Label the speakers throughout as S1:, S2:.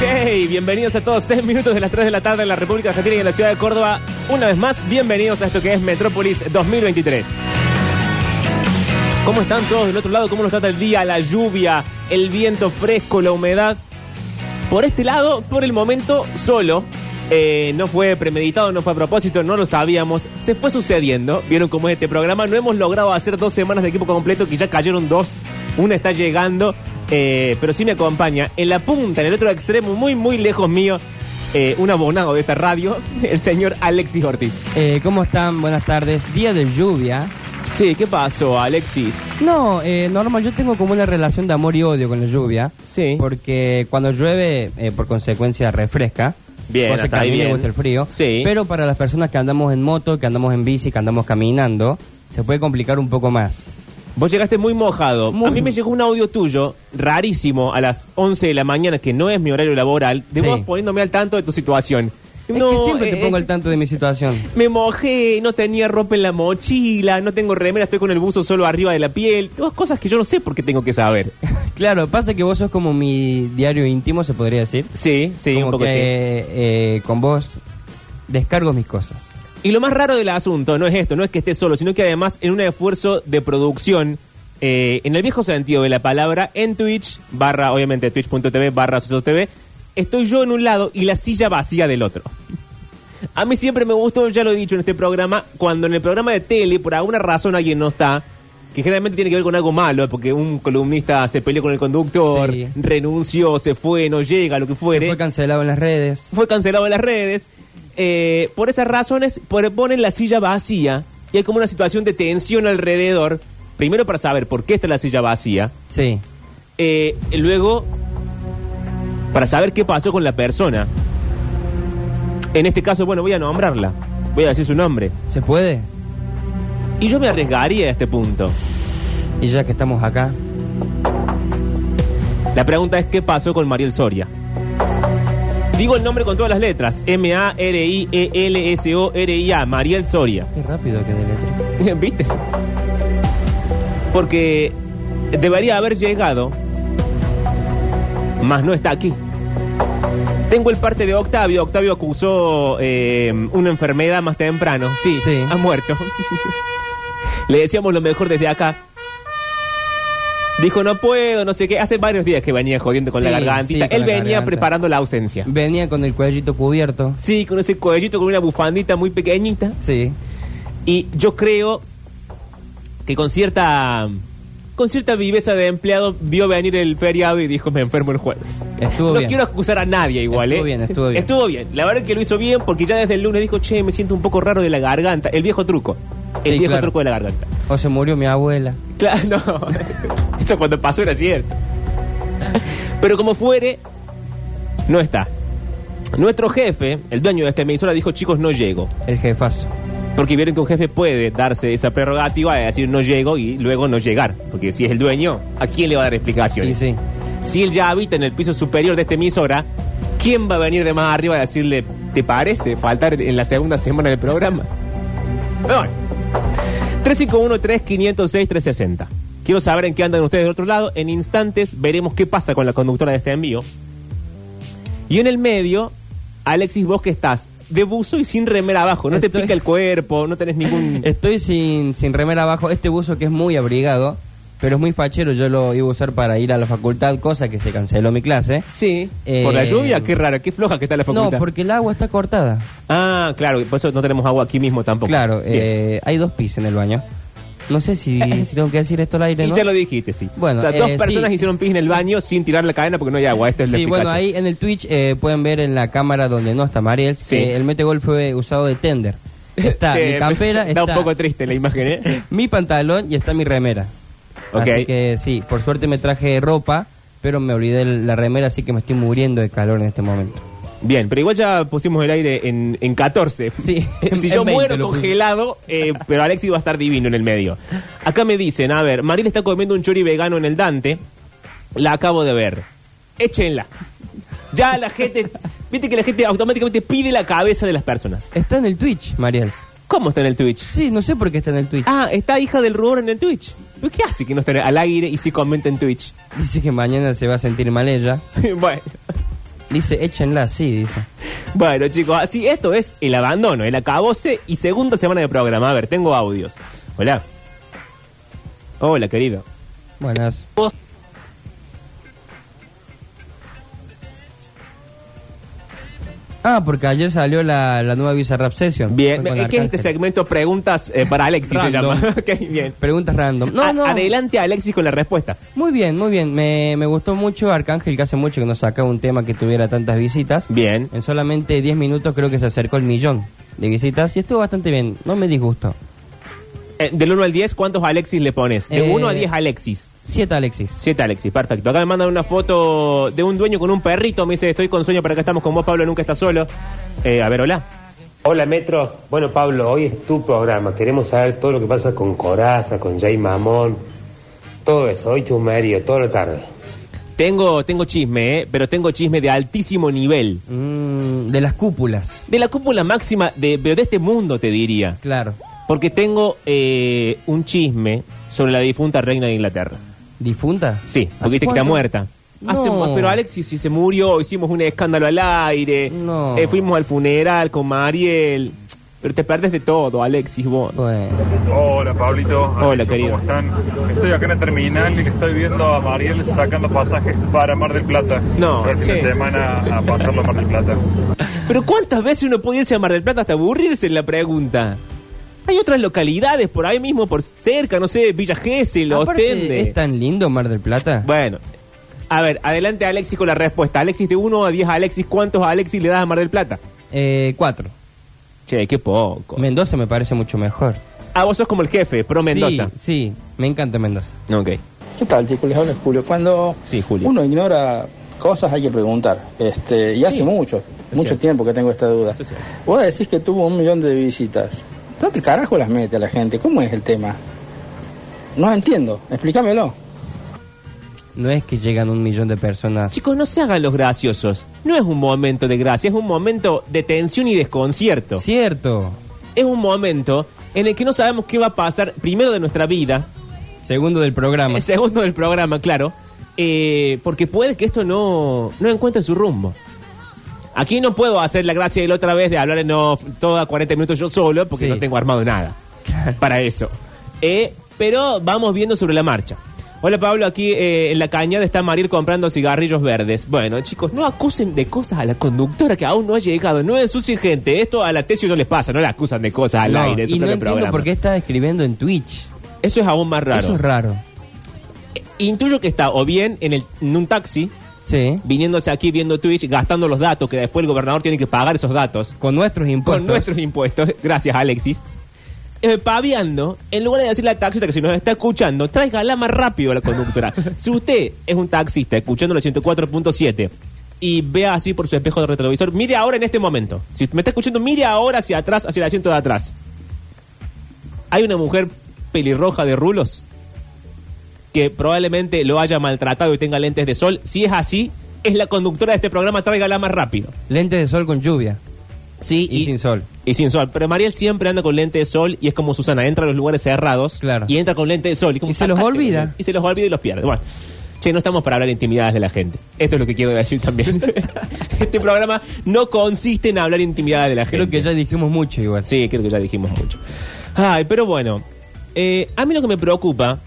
S1: Cali. Bienvenidos a todos, 6 minutos de las 3 de la tarde en la República Argentina y en la ciudad de Córdoba. Una vez más, bienvenidos a esto que es Metrópolis 2023. ¿Cómo están todos del otro lado? ¿Cómo nos trata el día, la lluvia, el viento fresco, la humedad? Por este lado, por el momento, solo. Eh, no fue premeditado, no fue a propósito, no lo sabíamos. Se fue sucediendo. Vieron cómo es este programa. No hemos logrado hacer dos semanas de equipo completo, que ya cayeron dos. Una está llegando, eh, pero sí me acompaña. En la punta, en el otro extremo, muy, muy lejos mío, eh, un abonado de esta radio, el señor Alexis Ortiz.
S2: Eh, ¿Cómo están? Buenas tardes. Día de lluvia.
S1: Sí, ¿qué pasó, Alexis?
S2: No, eh, Norma, yo tengo como una relación de amor y odio con la lluvia.
S1: Sí.
S2: Porque cuando llueve, eh, por consecuencia, refresca.
S1: Bien,
S2: cosa que
S1: hasta
S2: a
S1: ahí
S2: mí me
S1: bien.
S2: gusta el frío.
S1: Sí.
S2: Pero para las personas que andamos en moto, que andamos en bici, que andamos caminando, se puede complicar un poco más.
S1: Vos llegaste muy mojado.
S2: Muy.
S1: A mí me llegó un audio tuyo, rarísimo, a las 11 de la mañana, que no es mi horario laboral, de
S2: Sí.
S1: vos poniéndome al tanto de tu situación.
S2: es que siempre
S1: eh,
S2: te pongo
S1: eh,
S2: al tanto de mi situación.
S1: Me mojé, no tenía ropa en la mochila, no tengo remera, estoy con el buzo solo arriba de la piel. Todas cosas que yo no sé por qué tengo que saber.
S2: Claro, pasa que vos sos como mi diario íntimo, se podría decir.
S1: Sí, sí,
S2: Como
S1: un poco
S2: que,
S1: sí.
S2: eh, con vos descargo mis cosas.
S1: Y lo más raro del asunto no es esto, no es que esté solo, sino que además en un esfuerzo de producción, eh, en el viejo sentido de la palabra, en Twitch, barra, obviamente, twitch.tv, barra, Sucesos TV, estoy yo en un lado y la silla vacía del otro. A mí siempre me gustó, ya lo he dicho en este programa, cuando en el programa de tele, por alguna razón alguien no está, que generalmente tiene que ver con algo malo, porque un columnista se peleó con el conductor,
S2: Sí.
S1: renunció, se fue, no llega, lo que fuere
S2: Se fue cancelado en las redes.
S1: fue cancelado en las redes. Eh, por esas razones por- ponen la silla vacía y hay como una situación de tensión alrededor. Primero para saber por qué está la silla vacía.
S2: Sí.
S1: Eh, luego para saber qué pasó con la persona. En este caso, bueno, voy a nombrarla. Voy a decir su nombre.
S2: ¿Se puede?
S1: Y yo me arriesgaría a este punto.
S2: Y ya que estamos acá.
S1: La pregunta es qué pasó con Mariel Soria. Digo el nombre con todas las letras. E M-A-R-I-E-L-S-O-R-I-A. Mariel Soria.
S2: Qué rápido que de letras.
S1: ¿Viste? Porque debería haber llegado, mas no está aquí. Tengo el parte de Octavio. Octavio acusó eh, una enfermedad más temprano. Sí,
S2: Sí.
S1: ha muerto. Le decíamos lo mejor desde acá. Dijo, no puedo, no sé qué. Hace varios días que venía jodiendo con la
S2: Sí,
S1: gargantita.
S2: sí, con
S1: Él
S2: la
S1: venía
S2: garganta.
S1: preparando la ausencia.
S2: Venía con el cuellito cubierto.
S1: Sí, con ese cuellito, con una bufandita muy pequeñita.
S2: Sí.
S1: Y yo creo que con cierta con cierta viveza de empleado vio venir el feriado y dijo me enfermo el jueves.
S2: Estuvo
S1: no
S2: bien.
S1: quiero acusar a nadie igual,
S2: Estuvo
S1: ¿eh?
S2: bien, estuvo bien.
S1: Estuvo bien. La verdad es que lo hizo bien porque ya desde el lunes dijo, che, me siento un poco raro de la garganta. El viejo truco. El
S2: Sí,
S1: viejo
S2: claro.
S1: truco de la garganta.
S2: O se murió mi abuela.
S1: Claro, no. Eso cuando pasó era cierto. Pero como fuere, no está. Nuestro jefe, el dueño de esta emisora, dijo, chicos, no llego.
S2: El jefazo.
S1: Porque vieron que un jefe puede darse esa prerrogativa de decir no llego y luego no llegar. Porque si es el dueño, ¿a quién le va a dar
S2: Y
S1: explicaciones?
S2: sí.
S1: Si él ya habita en el piso superior de esta emisora, ¿quién va a venir de más arriba a decirle, ¿te parece faltar en la segunda semana del programa? Perdón. 351-3506-360. Quiero saber en qué andan ustedes del otro lado. En instantes veremos qué pasa con la conductora de este envío. Y en el medio, Alexis, vos que estás de buzo y sin remera abajo. No te
S2: Estoy-
S1: pica el cuerpo, no tenés ningún...
S2: Estoy sin, sin remera abajo. Este buzo que es muy abrigado, pero es muy fachero. Yo lo iba a usar para ir a la facultad, cosa que se canceló mi clase.
S1: Sí.
S2: Eh,
S1: Por la lluvia, qué rara, qué floja que está la facultad.
S2: No, porque el agua está cortada.
S1: Ah, claro, y por eso no tenemos agua aquí mismo tampoco.
S2: Claro,
S1: Bien.
S2: eh, hay dos pis en el baño. No sé si, si tengo que decir esto al aire,
S1: Y
S2: ¿no?
S1: ya lo dijiste, sí.
S2: Bueno,
S1: o sea, dos
S2: eh,
S1: personas
S2: sí.
S1: hicieron pis en el baño sin tirar la cadena porque no hay agua. Esta es la
S2: Sí, bueno,
S1: explicación.
S2: ahí en el Twitch eh, pueden ver en la cámara donde no está Mariel,
S1: Sí.
S2: que el metegol fue usado de tender. Está
S1: Che,
S2: mi campera,
S1: Da un
S2: está
S1: poco triste la imagen, ¿eh?
S2: mi pantalón y está mi remera.
S1: Ok.
S2: Así que sí, por suerte me traje ropa, pero me olvidé la remera, así que me estoy muriendo de calor en este momento.
S1: Bien, pero igual ya pusimos el aire en, en 14.
S2: Sí,
S1: si
S2: en
S1: yo
S2: 20
S1: muero
S2: lo pusimos.
S1: congelado, eh, pero Alexis va a estar divino en el medio. Acá me dicen, a ver, Mariel está comiendo un chori vegano en el Dante. La acabo de ver. Échenla. Ya la gente... Viste que la gente automáticamente pide la cabeza de las personas.
S2: Está en el Twitch, Mariel.
S1: ¿Cómo está en el Twitch?
S2: Sí, no sé por qué está en el Twitch.
S1: Ah, está hija del rumor en el Twitch. ¿Pero qué hace que no esté al aire y sí comenta en Twitch?
S2: Dice que mañana se va a sentir mal ella.
S1: bueno.
S2: Dice, échenla, sí, dice.
S1: Bueno, chicos, así esto es el abandono, el acabose y segunda semana de programa. A ver, tengo audios. Hola. Hola, querido.
S2: Buenas. Ah, porque ayer salió la, la nueva Bizarrap Session.
S1: Bien,
S2: Fue con
S1: eh, ¿qué es este
S2: Arcángel.
S1: segmento? Preguntas eh, para Alexis se
S2: Random.
S1: llama. Ok, bien.
S2: Preguntas random. No,
S1: A-
S2: no.
S1: Adelante Alexis con la respuesta.
S2: Muy bien, muy bien. Me, me gustó mucho Arcángel, que hace mucho que no sacaba un tema que tuviera tantas visitas.
S1: Bien.
S2: En solamente 10 minutos creo que se acercó el millón de visitas y estuvo bastante bien. No me disgustó.
S1: Eh, del 1 al 10, ¿cuántos Alexis le pones? De
S2: Eh,
S1: 1 a 10 Alexis.
S2: 7 Alexis.
S1: 7 Alexis, perfecto. Acá me mandan una foto de un dueño con un perrito. Me dice, estoy con sueño, pero acá estamos con vos, Pablo, nunca estás solo. Eh, a ver, hola.
S3: Hola Metros, bueno Pablo, hoy es tu programa, queremos saber todo lo que pasa con Coraza, con Jay Mamón, todo eso, hoy chumerio, toda la tarde.
S1: Tengo, tengo chisme, eh, pero tengo chisme de altísimo nivel.
S2: Mm, de las cúpulas.
S1: De la cúpula máxima de, pero de este mundo, te diría.
S2: Claro.
S1: Porque tengo eh, un chisme sobre la difunta reina de Inglaterra.
S2: ¿Difunta?
S1: Sí,
S2: ¿Hace
S1: porque viste que está
S2: cuánto?
S1: muerta. Hace
S2: No.
S1: mu- pero Alexis sí se murió, hicimos un escándalo al aire,
S2: No.
S1: eh, fuimos al funeral con Mariel. Pero te perdes de todo, Alexis, vos.
S2: Bueno.
S4: Hola, Pablito.
S1: Hola, querido.
S4: ¿Cómo están? Estoy acá en la terminal y estoy viendo a Mariel sacando pasajes para Mar del Plata.
S1: No,
S4: El fin
S1: che.
S4: de semana a pasarlo a Mar del Plata.
S1: Pero ¿cuántas veces uno puede irse a Mar del Plata hasta aburrirse en la pregunta? Hay otras localidades por ahí mismo, por cerca, no sé, Villa Gesell,
S2: Aparte,
S1: Ostende.
S2: Ah, ¿Es tan lindo Mar del Plata?
S1: Bueno, a ver, adelante Alexis con la respuesta. Alexis de 1 a 10 Alexis, ¿cuántos Alexis le das a Mar del Plata?
S2: Eh, cuatro.
S1: Che, qué poco.
S2: Mendoza me parece mucho mejor.
S1: Ah, vos sos como el jefe, pro Mendoza.
S2: Sí, sí, me encanta Mendoza.
S1: Ok.
S5: ¿Qué tal, chicos? Les habla Julio. Cuando
S1: Sí, Julio.
S5: uno ignora cosas, hay que preguntar. Este, y hace mucho, mucho
S1: cierto.
S5: tiempo que tengo esta duda.
S1: Eso es cierto.
S5: Vos decís que tuvo un millón de visitas. ¿Dónde carajo las mete la gente? ¿Cómo es el tema? No entiendo. Explícamelo.
S2: No es que llegan un millón de personas.
S1: Chicos, no se hagan los graciosos. No es un momento de gracia, es un momento de tensión y desconcierto.
S2: Cierto.
S1: Es un momento en el que no sabemos qué va a pasar primero de nuestra vida,
S2: Segundo del programa.
S1: el segundo del programa, claro, eh, porque puede que esto no, no encuentre su rumbo. Aquí no puedo hacer la gracia de la otra vez de hablar en off toda 40 minutos yo solo porque
S2: Sí.
S1: no tengo armado nada para eso. Eh, pero vamos viendo sobre la marcha. Hola Pablo, aquí eh, en la cañada está Mariel comprando cigarrillos verdes. Bueno, chicos, no acusen de cosas a la conductora que aún no ha llegado. No ensucien gente. Esto a la tesis no les pasa, no la acusan de cosas al
S2: No,
S1: aire. en su
S2: y no
S1: propio
S2: entiendo
S1: programa.
S2: por qué está escribiendo en Twitch.
S1: Eso es aún más raro.
S2: Eso es raro.
S1: Intuyo que está o bien en, el, en un taxi,
S2: Sí.
S1: viniéndose aquí viendo Twitch, gastando los datos, que después el gobernador tiene que pagar esos datos
S2: Con nuestros impuestos.
S1: con nuestros impuestos. Gracias, Alexis. Eh, paviando, en lugar de decirle al taxista que si nos está escuchando, tráigala más rápido a la conductora. si usted es un taxista escuchando la 104.7 y vea así por su espejo de retrovisor, mire ahora en este momento. Si me está escuchando, mire ahora hacia atrás, hacia el asiento de atrás. Hay una mujer pelirroja de rulos que probablemente lo haya maltratado y tenga lentes de sol. Si es así, es la conductora de este programa, tráigala más rápido.
S2: Lentes de sol con lluvia.
S1: Sí,
S2: Y, sin sol.
S1: y sin sol. Pero Mariel siempre anda con lente de sol y es como Susana, entra a los lugares cerrados
S2: Claro.
S1: y entra con lente de sol. como,
S2: Y se los
S1: sacate,
S2: olvida.
S1: boludo. Y se los olvida y los pierde. Bueno, che, no estamos para hablar intimidades de la gente. Esto es lo que quiero decir también. este programa no consiste en hablar intimidades de la gente.
S2: Creo que ya dijimos mucho igual.
S1: Sí, creo que ya dijimos mucho. Ay, pero bueno, eh, a mí lo que me preocupa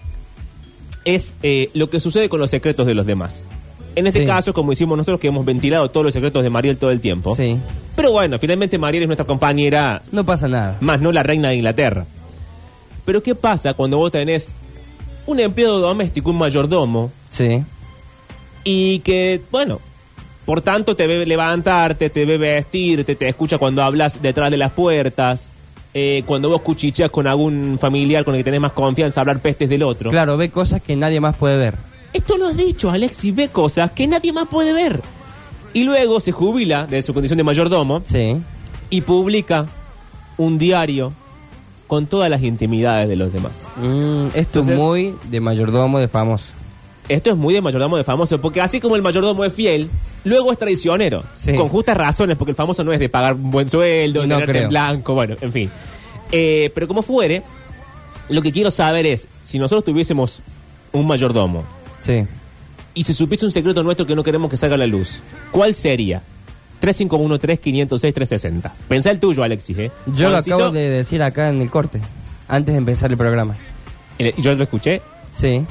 S1: es eh, lo que sucede con los secretos de los demás. En este
S2: Sí.
S1: caso, como hicimos nosotros, que hemos ventilado todos los secretos de Mariel todo el tiempo.
S2: Sí.
S1: Pero bueno, finalmente Mariel es nuestra compañera
S2: No pasa nada.
S1: más no la reina de Inglaterra. Pero ¿qué pasa cuando vos tenés un empleado doméstico, un mayordomo,
S2: Sí.
S1: y que, bueno, por tanto te ve levantarte, te ve vestirte, te escucha cuando hablas detrás de las puertas, eh, cuando vos cuchicheas con algún familiar con el que tenés más confianza, hablar pestes del otro?
S2: Claro, ve cosas que nadie más puede ver.
S1: Esto lo has dicho, Alexis, ve cosas que nadie más puede ver. Y luego se jubila de su condición de mayordomo
S2: Sí.
S1: y publica un diario con todas las intimidades de los demás.
S2: Mm, esto
S1: Entonces-
S2: es muy de mayordomo de famoso.
S1: Esto es muy de mayordomo de famoso, porque así como el mayordomo es fiel, luego es traicionero.
S2: Sí.
S1: Con justas razones, porque el famoso no es de pagar un buen sueldo,
S2: No
S1: tenerte
S2: creo.
S1: en blanco, bueno, en fin. Eh, pero como fuere, lo que quiero saber es, si nosotros tuviésemos un mayordomo
S2: Sí.
S1: y se supiese un secreto nuestro que no queremos que salga a la luz, ¿cuál sería? 351-3506-360. Pensá el tuyo, Alexis, ¿eh?
S2: Yo lo
S1: Juancito,
S2: acabo de decir acá en el corte, antes de empezar el programa.
S1: eh, Yo lo escuché.
S2: Sí.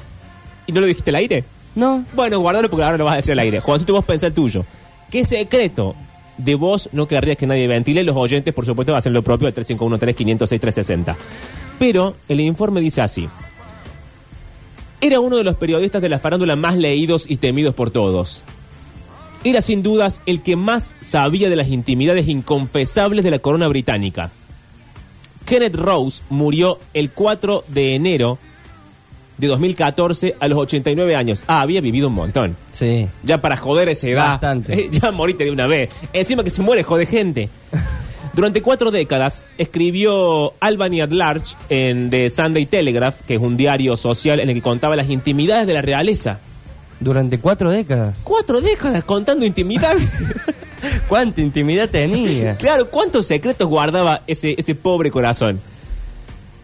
S1: ¿Y no lo dijiste al aire?
S2: No,
S1: Bueno, guardalo porque ahora lo vas a decir al aire. Juancito, vos pensá el tuyo. ¿Qué secreto de vos no querrías que nadie ventile? Los oyentes, por supuesto, hacen lo propio al 351-3506-360. Pero el informe dice así. Era uno de los periodistas de la farándula más leídos y temidos por todos. Era sin dudas el que más sabía de las intimidades inconfesables de la corona británica. Kenneth Rose murió el 4 de enero de 2014 a los 89 años. Ah, había vivido un montón.
S2: sí.
S1: Ya para joder esa edad.
S2: Bastante.
S1: Ya morite de una vez. Encima que se muere, jode gente. Durante cuatro décadas escribió Albany at Large en The Sunday Telegraph, que es un diario social en el que contaba las intimidades de la realeza.
S2: Durante cuatro décadas.
S1: Cuatro décadas contando intimidades.
S2: ¿Cuánta intimidad tenía?
S1: Claro, ¿cuántos secretos guardaba ese, ese pobre corazón?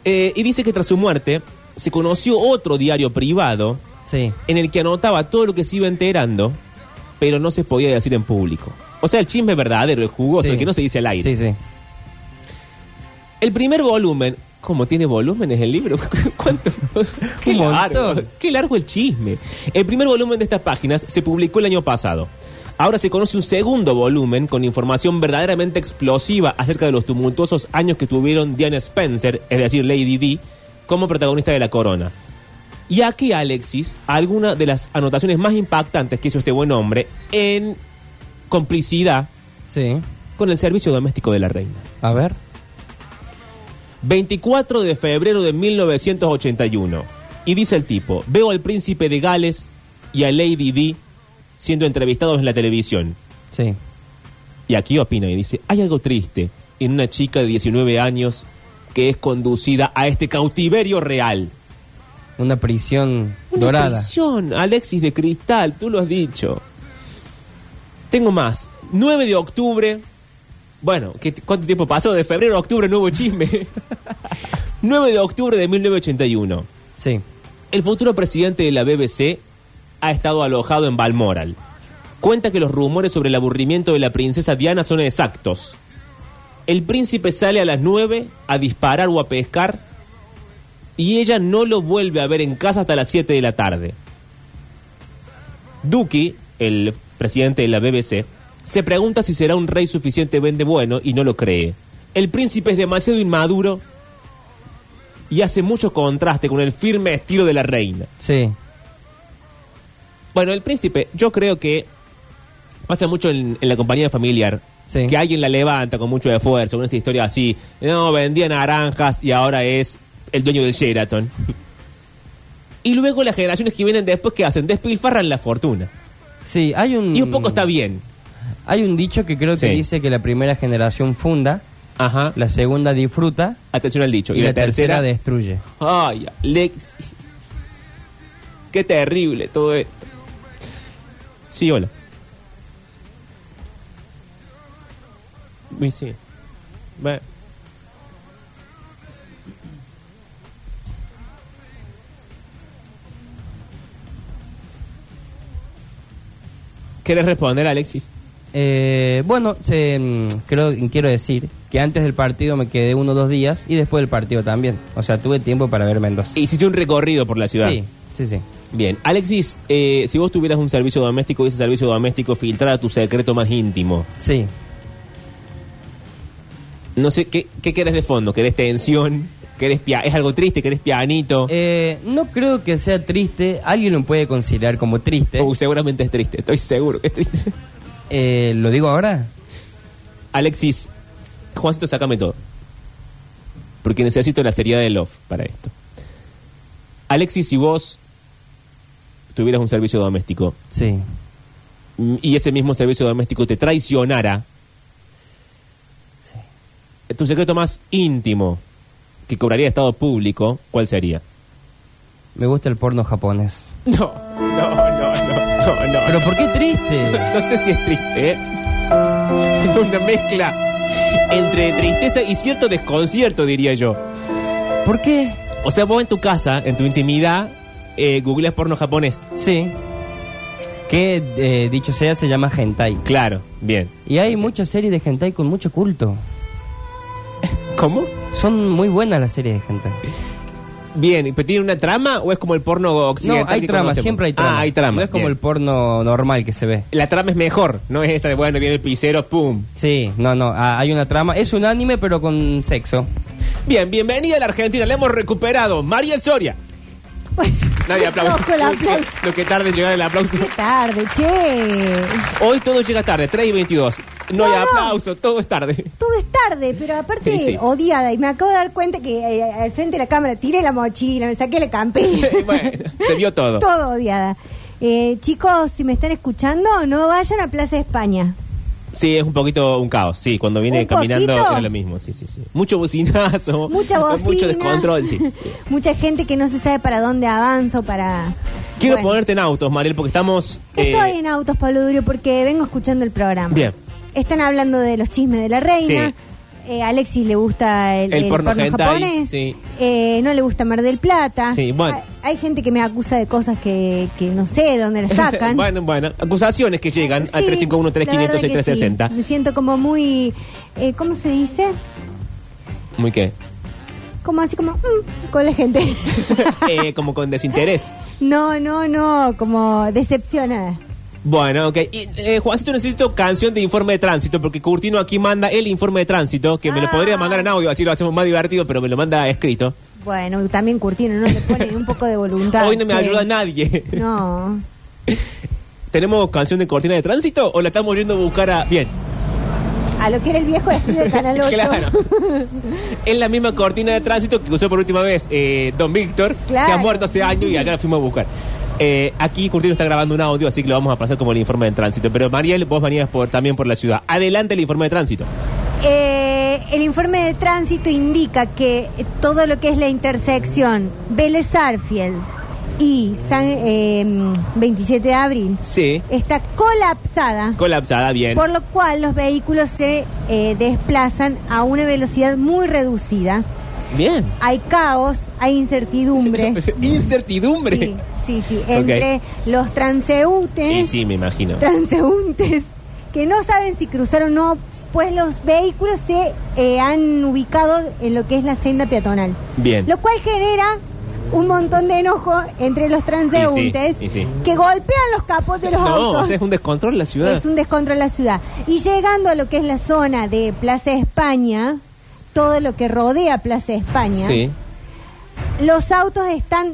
S1: Eh, y dice que tras su muerte se conoció otro diario privado
S2: Sí.
S1: en el que anotaba todo lo que se iba enterando, pero no se podía decir en público. O sea, el chisme verdadero, el jugoso,
S2: Sí.
S1: el que no se dice al aire.
S2: Sí, sí.
S1: El primer volumen, ¿cómo tiene volúmenes el libro? ¿Cuánto? qué
S2: Un montón.
S1: largo, qué largo el chisme. El primer volumen de estas páginas se publicó el año pasado. Ahora se conoce un segundo volumen con información verdaderamente explosiva acerca de los tumultuosos años que tuvieron Diana Spencer, es decir, Lady D, como protagonista de la corona. Y aquí, Alexis, alguna de las anotaciones más impactantes que hizo este buen hombre en complicidad
S2: Sí.
S1: con el servicio doméstico de la reina.
S2: A ver.
S1: 24 de febrero de 1981. Y dice el tipo, veo al príncipe de Gales y a Lady D siendo entrevistados en la televisión.
S2: Sí.
S1: Y aquí opina y dice, hay algo triste en una chica de 19 años que es conducida a este cautiverio real.
S2: Una prisión
S1: Una
S2: dorada.
S1: prisión, Alexis de Cristal, tú lo has dicho. Tengo más. 9 de octubre. Bueno, ¿qué- ¿cuánto tiempo pasó? De febrero a octubre, nuevo chisme. 9 de octubre de 1981.
S2: Sí.
S1: El futuro presidente de la BBC ha estado alojado en Balmoral. Cuenta que los rumores sobre el aburrimiento de la princesa Diana son exactos. El príncipe sale a las 9 a disparar o a pescar y ella no lo vuelve a ver en casa hasta las 7 de la tarde. Duki, el presidente de la BBC, se pregunta si será un rey suficientemente bueno y no lo cree. El príncipe es demasiado inmaduro y hace mucho contraste con el firme estilo de la reina.
S2: Sí.
S1: Bueno, el príncipe, yo creo que pasa mucho en, en la compañía familiar.
S2: Sí.
S1: Que alguien la levanta con mucho esfuerzo, con esa historia así. No, vendía naranjas y ahora es el dueño del Sheraton. y luego las generaciones que vienen después, que hacen? Despilfarran la fortuna.
S2: Sí, hay un...
S1: Y un poco está bien.
S2: Hay un dicho que creo que
S1: Sí.
S2: dice que la primera generación funda,
S1: Ajá.
S2: la segunda disfruta
S1: Atención al dicho. Y, la, tercera...
S2: destruye.
S1: Ay, Alexis. Qué terrible todo esto. Sí, hola. Y sí. Ve. ¿Quieres responder, Alexis?
S2: Eh, bueno, se, mm, creo, quiero decir que antes del partido me quedé uno o dos días y después del partido también. O sea, tuve tiempo para ver Mendoza.
S1: Hiciste un recorrido por la ciudad.
S2: Sí, sí, sí.
S1: Bien, Alexis, eh, si vos tuvieras un servicio doméstico y ese servicio doméstico filtrara tu secreto más íntimo,
S2: Sí.
S1: No sé, ¿qué, qué querés de fondo? ¿Querés tensión? ¿Querés pia ¿Es algo triste? ¿Querés pianito?
S2: Eh, no creo que sea triste, alguien lo puede considerar como triste.
S1: Uy, Oh, seguramente es triste, estoy seguro que es triste.
S2: Eh, ¿Lo digo ahora?
S1: Alexis, Juancito, sácame todo. Porque necesito la seriedad de Love para esto. Alexis, si vos tuvieras un servicio doméstico
S2: Sí.
S1: mm, y ese mismo servicio doméstico te traicionara, tu secreto más íntimo que cobraría Estado Público, ¿cuál sería?
S2: Me gusta el porno japonés.
S1: No, no, no, no, no, no.
S2: ¿Pero por qué triste?
S1: No sé si es triste, ¿eh? Es Una mezcla entre tristeza y cierto desconcierto, diría yo.
S2: ¿Por qué?
S1: O sea, vos en tu casa, en tu intimidad, eh, googleas porno japonés.
S2: Sí. que eh, dicho sea se llama hentai.
S1: Claro, bien.
S2: Y hay muchas series de hentai con mucho culto.
S1: ¿Cómo?
S2: Son muy buenas las series de hentai.
S1: Bien, ¿pero tiene una trama o es como el porno occidental?
S2: No, hay
S1: que
S2: trama,
S1: conocemos?
S2: siempre hay trama.
S1: Ah, hay trama.
S2: No es como
S1: bien.
S2: el porno normal que se ve.
S1: La trama es mejor, no es esa de bueno, viene el pisero, pum.
S2: Sí, no, no, ah, hay una trama. Es un anime pero con sexo.
S1: Bien, bienvenida a la Argentina, la hemos recuperado. Mariel Soria. Nadie aplaude.
S6: Flojo el aplauso.
S1: Lo que tarde en llegar el aplauso.
S6: Qué tarde, che.
S1: Hoy todo llega tarde, 3 y 22. No, hay
S6: No, no.
S1: aplauso, todo es tarde.
S6: Todo es tarde, pero aparte
S1: Sí, sí.
S6: odiada. Y me acabo de dar cuenta que eh, al frente de la cámara tiré la mochila, me saqué la campera.
S1: bueno, se vio todo.
S6: Todo odiada. Eh, chicos, si me están escuchando, no vayan a Plaza España.
S1: Sí, es un poquito un caos. Sí, cuando viene
S6: ¿Un
S1: caminando
S6: poquito?
S1: era lo mismo. Sí, sí, sí. Mucho bocinazo.
S6: Mucha bocina.
S1: Mucho descontrol, sí.
S6: Mucha gente que no se sabe para dónde avanzo, para...
S1: Quiero
S6: Bueno,
S1: ponerte en autos, Mariel, porque estamos. eh,
S6: Estoy en autos, Pablo Durio, porque vengo escuchando el programa.
S1: Bien.
S6: Están hablando de los chismes de la reina.
S1: Sí.
S6: Eh, Alexis le gusta el,
S1: El
S6: el
S1: porno
S6: porno,
S1: hentai,
S6: japonés.
S1: sí.
S6: Eh, no le gusta Mar del Plata.
S1: Sí, bueno.
S6: Hay, hay gente que me acusa de cosas que, que no sé de dónde las sacan.
S1: bueno, bueno. Acusaciones que llegan al
S6: Sí,
S1: 351 350
S6: la verdad que
S1: 6360
S6: sí. Me siento como muy... eh, ¿Cómo se dice?
S1: ¿Muy qué?
S6: Como así como... mm, con la gente.
S1: Eh, como con desinterés.
S6: no, no, no. Como decepcionada.
S1: Bueno, ok. Y, eh, Juancito, necesito canción de informe de tránsito, porque Curtino aquí manda el informe de tránsito, que me lo
S6: Ah.
S1: podría mandar en audio, así lo hacemos más divertido, pero me lo manda escrito.
S6: Bueno, también Curtino, no le pone ni un poco de voluntad.
S1: Hoy no me
S6: che.
S1: ayuda nadie.
S6: No.
S1: ¿Tenemos canción de cortina de tránsito o la estamos yendo a buscar a... Bien.
S6: A lo que era el viejo de estudio de Canal 8.
S1: Claro. Es la misma cortina de tránsito que usó por última vez eh, Don Víctor, que
S6: Claro.
S1: ha muerto hace años y allá la fuimos a buscar. Eh, aquí Curtino está grabando un audio, así que lo vamos a pasar como el informe de tránsito. Pero Mariel, vos venías por, también por la ciudad. Adelante el informe de tránsito.
S6: Eh, el informe de tránsito indica que todo lo que es la intersección Vélez Arfiel y San, eh, 27 de abril
S1: Sí.
S6: está colapsada,
S1: Colapsada, bien.
S6: por lo cual los vehículos se eh, desplazan a una velocidad muy reducida.
S1: Bien.
S6: Hay caos, hay incertidumbre.
S1: Incertidumbre.
S6: Sí, Eh. sí, sí.
S1: Ok.
S6: Entre los transeúntes.
S1: Y sí, me imagino.
S6: transeúntes que no saben si cruzar o no, pues los vehículos se eh, han ubicado en lo que es la senda peatonal.
S1: Bien.
S6: Lo cual genera un montón de enojo entre los transeúntes
S1: y sí.
S6: que golpean los capos de los
S1: No, o
S6: autos.
S1: sea, es un descontrol la ciudad.
S6: Es un descontrol en la ciudad. Y llegando a lo que es la zona de Plaza España, todo lo que rodea Plaza España,
S1: Sí.
S6: los autos están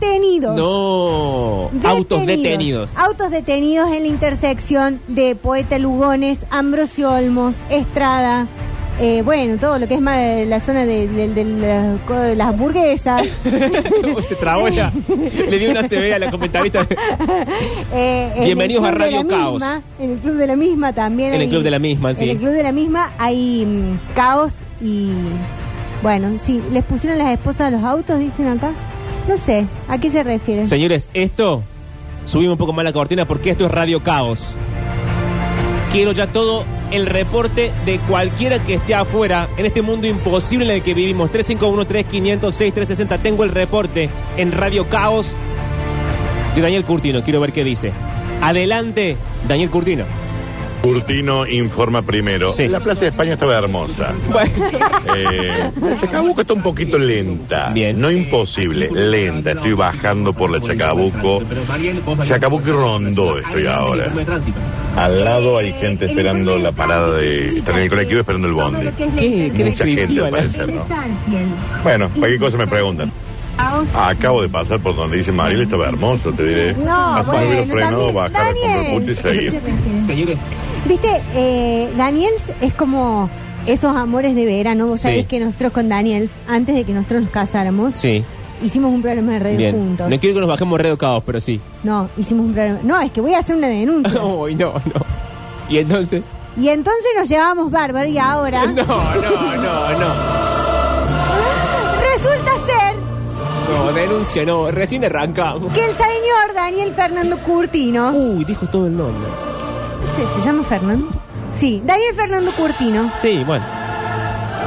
S6: detenidos.
S1: No. Autos detenidos.
S6: Autos detenidos en la intersección de Poeta Lugones, Ambrosio Olmos, Estrada. eh, bueno, todo lo que es más de la zona de, de- de la- co- de las hamburguesas. Ah.
S1: Se trabó ya. Le di una CV a la comentarista.
S6: eh, en el
S1: Bienvenidos
S6: Club
S1: a
S6: de la
S1: Radio Caos.
S6: Misma, en el Club de la Misma también.
S1: En el
S6: hay-
S1: Club de la Misma, sí.
S6: En el Club de la Misma hay mm, caos y... Bueno, sí, les pusieron las esposas a los autos, dicen acá. No sé, ¿a qué se refieren?
S1: Señores, esto. Subimos un poco más la cortina porque esto es Radio Caos. Quiero ya todo el reporte de cualquiera que esté afuera en este mundo imposible en el que vivimos. 351-3506-360. Tengo el reporte en Radio Caos de Daniel Curtino. Quiero ver qué dice. Adelante, Daniel Curtino.
S7: Curtino informa primero.
S1: Sí.
S7: La Plaza de España estaba hermosa. Eh, Chacabuco está un poquito lenta.
S1: Bien.
S7: Ah, No imposible, lenta. Estoy bajando por la Chacabuco. Chacabuco y Rondó estoy ahora. Al lado hay gente esperando la parada de... Están en el colectivo esperando el bondi.
S1: Qué- qué
S7: Mucha gente,
S1: descriptiva
S7: al
S1: la-
S7: parecer, ¿no? Bueno, cualquier cosa me preguntan. Ah, Acabo de pasar por donde dice Mariel, estaba hermoso, te diré.
S6: No,
S7: Hasta
S6: bueno,
S7: hubiera frenado,
S6: también,
S7: bajar
S6: Daniel.
S7: con Curti y seguir.
S1: Señores,
S6: Viste, eh, Daniels es como esos amores de verano. Vos
S1: Sí.
S6: sabés que nosotros con Daniels, antes de que nosotros nos casáramos,
S1: Sí,
S6: hicimos un programa de radio
S1: bien.
S6: juntos.
S1: No quiero que nos bajemos Radio Caos, pero sí.
S6: No, hicimos un programa. No, es que voy a hacer una denuncia.
S1: Uy, no, no. Y entonces.
S6: Y entonces nos llevábamos bárbaro y ahora
S1: No, no, no, no.
S6: resulta ser
S1: No, denuncia, no. Recién arrancamos.
S6: que el señor Daniel Fernando Curtino.
S1: Uy, dijo todo el nombre.
S6: No sé, ¿se llama Fernando? Sí, Daniel Fernando Curtino,
S1: Sí, bueno.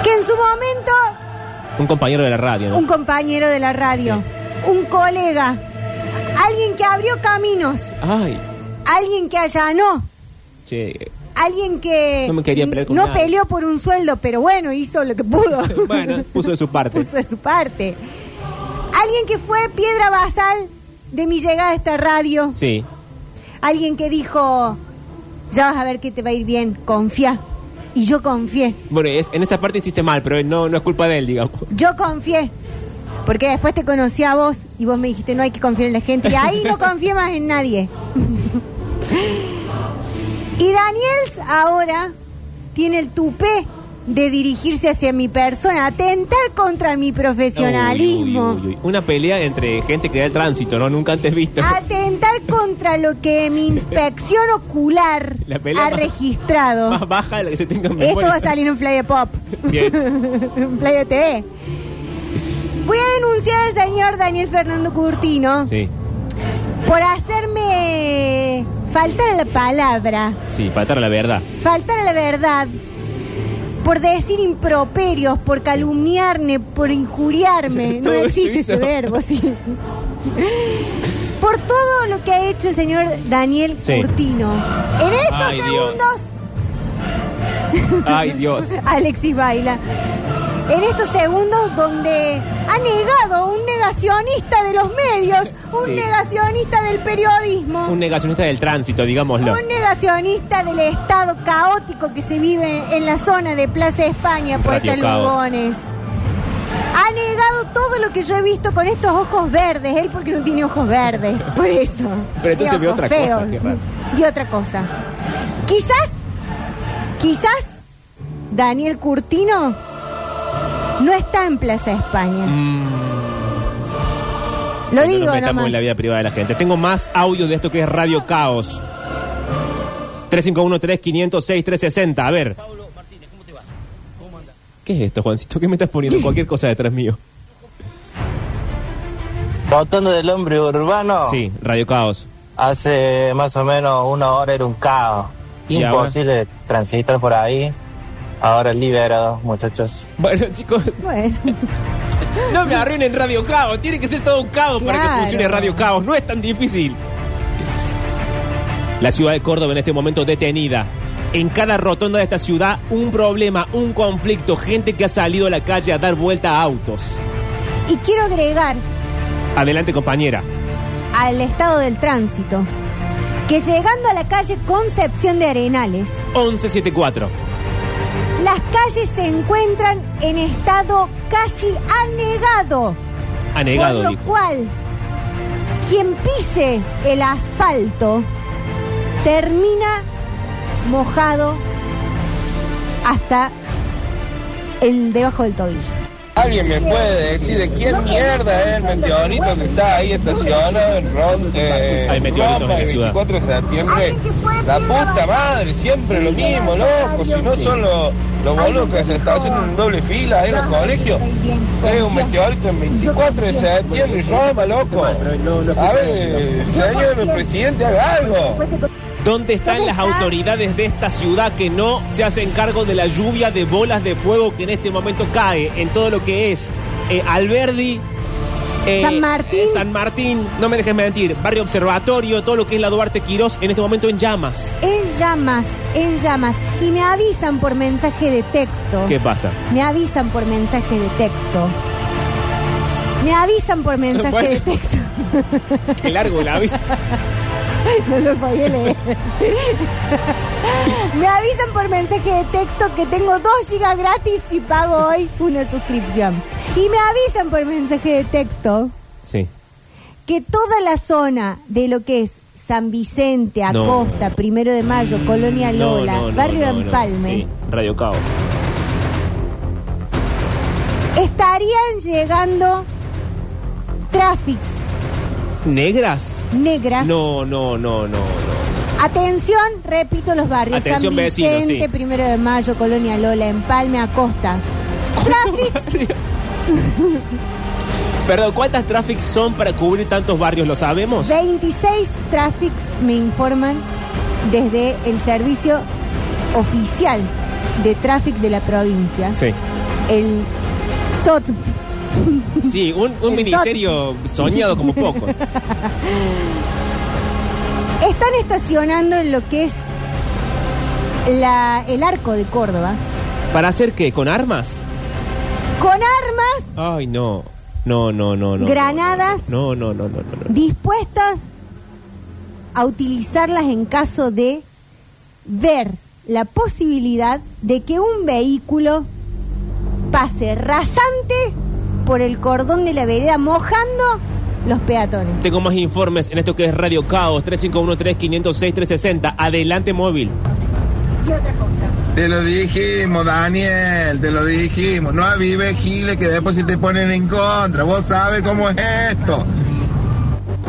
S6: que en su momento
S1: Un compañero de la radio,
S6: un
S1: ¿no?
S6: compañero de la radio, un colega, alguien que abrió caminos,
S1: Ay,
S6: Alguien que allanó,
S1: Che,
S6: alguien que
S1: No me quería pelear con
S6: no
S1: nadie.
S6: peleó por un sueldo, pero bueno, hizo lo que pudo.
S1: Bueno, puso de su parte.
S6: Puso de su parte. Alguien que fue piedra basal de mi llegada a esta radio.
S1: sí.
S6: Alguien que dijo, ya vas a ver que te va a ir bien, confía. Y yo confié,
S1: Bueno, es- en esa parte hiciste mal, pero no, no es culpa de él, digamos.
S6: yo confié. Porque después te conocí a vos y vos me dijiste, no hay que confiar en la gente. Y ahí no confié más en nadie. y Daniel ahora tiene el tupé de dirigirse hacia mi persona, atentar contra mi profesionalismo.
S1: Uy, uy, uy, uy. Una pelea entre gente que da el tránsito, ¿no? Nunca antes visto.
S6: Ah, Atentar contra lo que mi inspección ocular
S1: La pelea
S6: ha
S1: más-
S6: registrado.
S1: Más baja de la que se tenga en
S6: Esto
S1: memoria.
S6: va a salir en Play de Pop.
S1: Bien.
S6: en Play de TV. Voy a denunciar al señor Daniel Fernando Curtino
S1: Sí,
S6: por hacerme faltar a la palabra,
S1: sí, para estar a la verdad.
S6: faltar a la verdad, por decir improperios, por calumniarme, por injuriarme. No
S1: Todo eso
S6: existe ese
S1: hizo.
S6: verbo, sí. Por todo lo que ha hecho el señor Daniel
S1: Sí.
S6: Curtino. En estos
S1: Ay, Dios.
S6: segundos
S1: Ay, Dios.
S6: Alexis baila. En estos segundos donde ha negado un negacionista de los medios, un
S1: Sí.
S6: negacionista del periodismo,
S1: Un
S6: un,
S1: negacionista del tránsito, digámoslo.
S6: negacionista del estado caótico que se vive en la zona de Plaza España,
S1: Radio
S6: Puerta
S1: Caos.
S6: Lugones. Ha negado todo lo que yo he visto con estos ojos verdes, él porque no tiene ojos verdes, por eso.
S1: Pero entonces
S6: Tiene
S1: vio
S6: ojos
S1: otra cosa, qué raro.
S6: Vio otra cosa. Quizás, quizás Daniel Curtino no está en Plaza España.
S1: Mm.
S6: Lo
S1: Sí,
S6: digo
S1: no nos metamos
S6: nomás.
S1: en la vida privada de la gente. Tengo más audio de esto que es Radio Caos. 351-3506-360. A ver. ¿Qué es esto, Juancito? ¿Qué me estás poniendo? Cualquier cosa detrás mío.
S8: Votando del hombre urbano,
S1: Sí, Radio Caos.
S8: hace más o menos una hora era un caos.
S1: ¿Y
S8: Imposible transitar por ahí. Ahora liberados, muchachos.
S1: Bueno, chicos,
S6: Bueno,
S1: no me arruinen Radio Caos. Tiene que ser todo un caos para
S6: Claro.
S1: que funcione Radio Caos. No es tan difícil. La ciudad de Córdoba en este momento detenida. En cada rotonda de esta ciudad, un problema, un conflicto. Gente que ha salido a la calle a dar vuelta a autos.
S6: y quiero agregar
S1: Adelante, compañera.
S6: al estado del tránsito que llegando a la calle Concepción de Arenales,
S1: 1174.
S6: las calles se encuentran en estado casi anegado.
S1: Anegado,
S6: Por lo
S1: dijo.
S6: cual, quien pise el asfalto termina mojado hasta el debajo del tobillo.
S5: ¿Alguien me puede decir de quién mierda es el meteorito que está ahí estacionado en Ron, eh,
S1: Hay meteoritos
S5: Roma
S1: en la
S5: el
S1: ciudad.
S5: 24 de septiembre?
S6: Alguien que puede
S5: La
S6: piedra
S5: puta
S6: basal.
S5: madre, siempre lo mismo, loco. Si no son los, los boludos que se estacionan en doble fila ahí en Eh. los colegios. Es un meteorito en 24 de septiembre en Roma, loco. A ver, señor presidente, haga algo.
S1: ¿Dónde están
S6: ¿Dónde
S1: las
S6: está?
S1: autoridades de esta ciudad que no se hacen cargo de la lluvia de bolas de fuego que en este momento cae en todo lo que es eh, Alberdi? eh,
S6: San Martín.
S1: eh, San Martín, no me dejes mentir, Barrio Observatorio, todo lo que es la Duarte Quirós, en este momento en llamas.
S6: En llamas, en llamas. Y me avisan por mensaje de texto.
S1: ¿Qué pasa?
S6: Me avisan por mensaje de texto. Me avisan por mensaje
S1: Bueno.
S6: de texto.
S1: Qué largo la vista.
S6: No lo podía leer. Me avisan por mensaje de texto que tengo 2 gigas gratis si pago hoy una suscripción. Y me avisan por mensaje de texto
S1: Sí.
S6: que toda la zona de lo que es San Vicente,
S1: No. Mm,
S6: Acosta, Primero de Mayo, Colonia
S1: No,
S6: Lola,
S1: no, no,
S6: Barrio
S1: no, no.
S6: Empalme,
S1: Sí, Radio Caos.
S6: estarían llegando tráficos
S1: ¿Negras?
S6: negras.
S1: No, no, no, no, no.
S6: Atención, repito los barrios.
S1: Atención,
S6: San Vicente,
S1: vecinos, sí.
S6: Primero de Mayo, Colonia Lola, Empalme, Acosta. Tráfico
S1: Perdón, ¿cuántas traffic son para cubrir tantos barrios? ¿Lo sabemos?
S6: 26 tráficos me informan desde el servicio oficial de tráfico de la provincia.
S1: Sí.
S6: El SOT.
S1: Sí, un, un
S6: El
S1: ministerio soñado como poco.
S6: Están estacionando en lo que es la- el arco de Córdoba.
S1: ¿Para hacer qué? ¿Con armas?
S6: Con armas
S1: Ay, no. No, no, no, no.
S6: Granadas.
S1: No, no, no, no, no. no.
S6: dispuestas a utilizarlas en caso de ver la posibilidad de que un vehículo pase rasante por el cordón de la vereda mojando los peatones.
S1: Tengo más informes en esto que es Radio Caos 351-3506-360. Adelante móvil.
S5: Te lo dijimos, Daniel, te lo dijimos. No avive Gile que después se te ponen en contra. Vos sabes cómo es esto.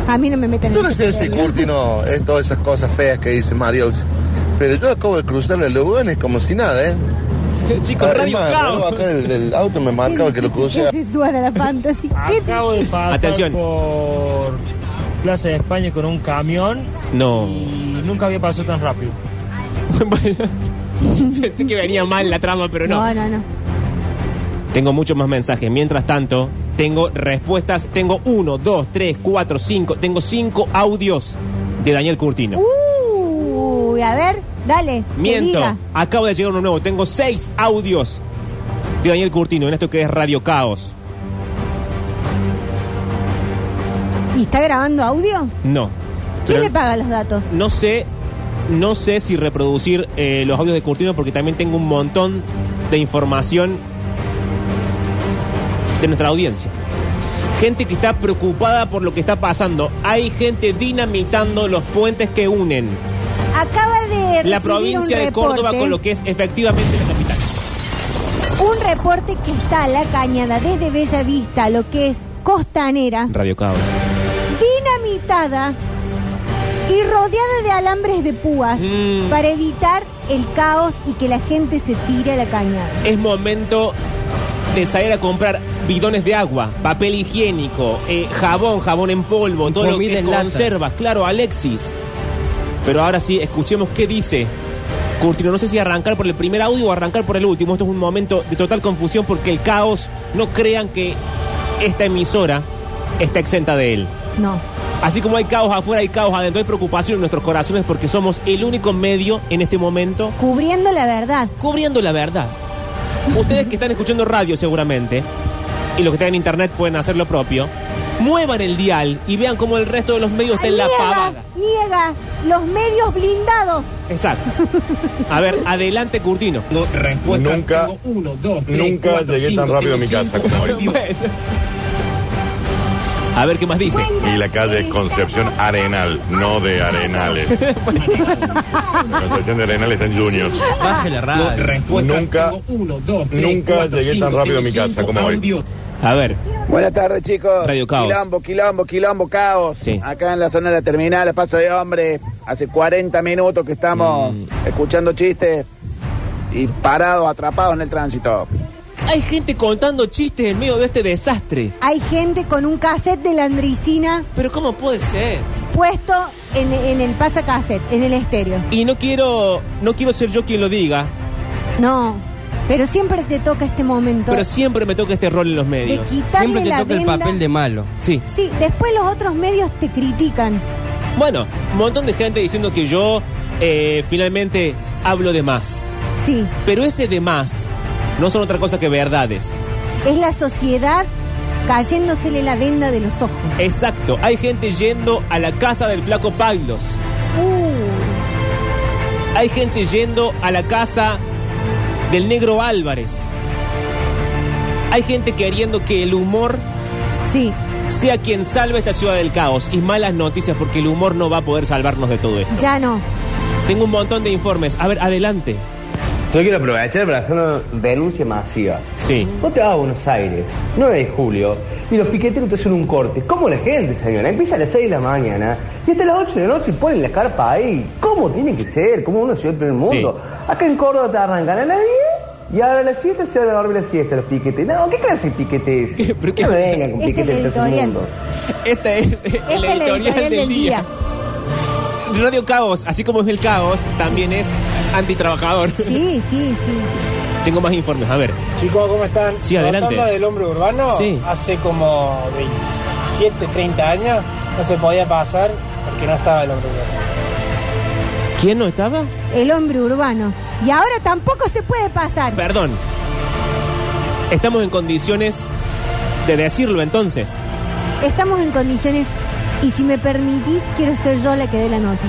S6: A mí no me meten
S9: Yo
S6: en
S9: no sé
S6: ese
S9: si
S6: problema.
S9: Curtino es todas esas cosas feas que dice Mariels, pero yo acabo de cruzar los luganes como si nada, ¿eh?
S1: Chicos, Radio
S9: Además, luego
S1: Caos.
S9: acá el, del auto me marcaba que lo crucé.
S6: Que se suban a la Este- fantasy.
S10: Acabo de pasar
S1: Atención.
S10: por Plaza de España con un camión
S1: No.
S10: y nunca había pasado tan rápido.
S1: Pensé que venía mal la trama, pero
S6: No, no, no.
S1: Tengo muchos más mensajes. Mientras tanto, tengo respuestas. Tengo uno, dos, tres, cuatro, cinco. Tengo cinco audios de Daniel Curtino.
S6: Uy, a ver, dale. que
S1: Miento.
S6: diga.
S1: Acabo de llegar uno nuevo. Tengo seis audios de Daniel Curtino en esto que es Radio Caos.
S6: ¿Y está grabando audio?
S1: No.
S6: ¿Quién
S1: Pero
S6: le paga los datos?
S1: No sé, no sé si reproducir eh, los audios de Curtino porque también tengo un montón de información de nuestra audiencia. Gente que está preocupada por lo que está pasando. Hay gente dinamitando los puentes que unen
S6: Acaba de
S1: la
S6: recibir
S1: provincia
S6: un
S1: de Córdoba
S6: reporte.
S1: con lo que es efectivamente la capital.
S6: Un reporte que está a la cañada desde Bella Vista, lo que es costanera,
S1: Radio Caos.
S6: dinamitada y rodeada de alambres de púas
S1: Mm.
S6: para evitar el caos y que la gente se tire a la cañada.
S1: Es momento de salir a comprar bidones de agua, papel higiénico, eh, jabón, jabón en polvo, todo lo
S2: Comida
S1: que
S2: en lata.
S1: conservas, claro, Alexis. Pero ahora sí, escuchemos qué dice Curtino. No sé si arrancar por el primer audio o arrancar por el último. Esto es un momento de total confusión porque el caos, no crean que esta emisora está exenta de él.
S6: No.
S1: Así como hay caos afuera, hay caos adentro, hay preocupación en nuestros corazones porque somos el único medio en este momento
S6: Cubriendo la verdad.
S1: cubriendo la verdad. Ustedes que están escuchando radio seguramente, y los que están en internet pueden hacer lo propio, muevan el dial y vean cómo el resto de los medios está en la
S6: niega,
S1: pavada.
S6: niega los medios blindados.
S1: Exacto. A ver, adelante Curtino.
S7: Nunca, nunca llegué tan rápido a mi casa como hoy.
S1: Bueno. A ver qué más dice.
S7: Y la calle es Concepción Arenal, no de Arenales. Concepción de Arenales está en Juniors.
S2: Baje la radio.
S7: Nunca, nunca llegué tan rápido a mi casa como hoy.
S1: A ver,
S5: Buenas tardes, chicos.
S1: Radio Caos.
S5: Quilombo, quilombo, quilombo, caos.
S1: Sí.
S5: Acá en la zona de la terminal, a paso de hombre. Hace 40 minutos que estamos
S1: Mm.
S5: escuchando chistes y parados, atrapados en el tránsito.
S1: hay gente contando chistes en medio de este desastre.
S6: Hay gente con un cassette de landricina
S1: Pero ¿cómo puede ser?
S6: puesto en, en el pasacassette, en el estéreo.
S1: Y no quiero, no quiero ser yo quien lo diga,
S6: No. Pero siempre te toca este momento.
S1: pero siempre me toca este rol en los
S6: de
S1: medios.
S6: quitarle
S2: Siempre te
S6: la
S2: toca el
S6: venda.
S2: papel de malo.
S1: Sí.
S6: Sí, después los otros medios te critican.
S1: Bueno, un montón de gente diciendo que yo eh, finalmente hablo de más.
S6: Sí,
S1: Pero ese de más no son otra cosa que verdades.
S6: es la sociedad cayéndosele la venda de los ojos.
S1: Exacto, hay gente yendo a la casa del flaco Paglos.
S6: Uh,
S1: Hay gente yendo a la casa del negro Álvarez. Hay gente queriendo que el humor
S6: sí,
S1: sea quien salve esta ciudad del caos. Y malas noticias porque el humor no va a poder salvarnos de todo esto.
S6: ya no.
S1: Tengo un montón de informes. A ver, adelante.
S8: Yo quiero aprovechar para hacer una denuncia masiva.
S1: Sí.
S8: Vos te vas a Buenos Aires, 9 de julio, y los piqueteros te hacen un corte. ¿Cómo la gente, señora? Empieza a las 6 de la mañana y hasta las 8 de la noche ponen la carpa ahí. ¿Cómo tiene que ser? ¿Cómo una ciudad del primer mundo? Acá en Córdoba te arrancan a nadie y ahora las fiestas se van a dormir las siestas, los piquetes. No, ¿qué clase de piquete es?
S1: ¿Qué? ¿Pero qué?
S8: No eh. me vengan con
S6: Este
S8: piquetes del
S6: es el
S8: tercer
S6: editorial.
S8: mundo.
S1: Esta es
S6: Este es el editorial del día.
S1: Radio Caos, así como es el caos, también es antitrabajador.
S6: Sí, sí, sí.
S1: Tengo más informes, a ver.
S10: Chicos, ¿cómo están?
S1: Sí, adelante.
S10: La tanda del hombre urbano
S1: Sí.
S10: hace como 27, 30 años no se podía pasar porque no estaba el hombre urbano.
S1: ¿Quién no estaba?
S6: el hombre urbano. Y ahora tampoco se puede pasar.
S1: Perdón. Estamos en condiciones de decirlo entonces.
S6: Estamos en condiciones, y si me permitís, quiero ser yo la que dé la noticia.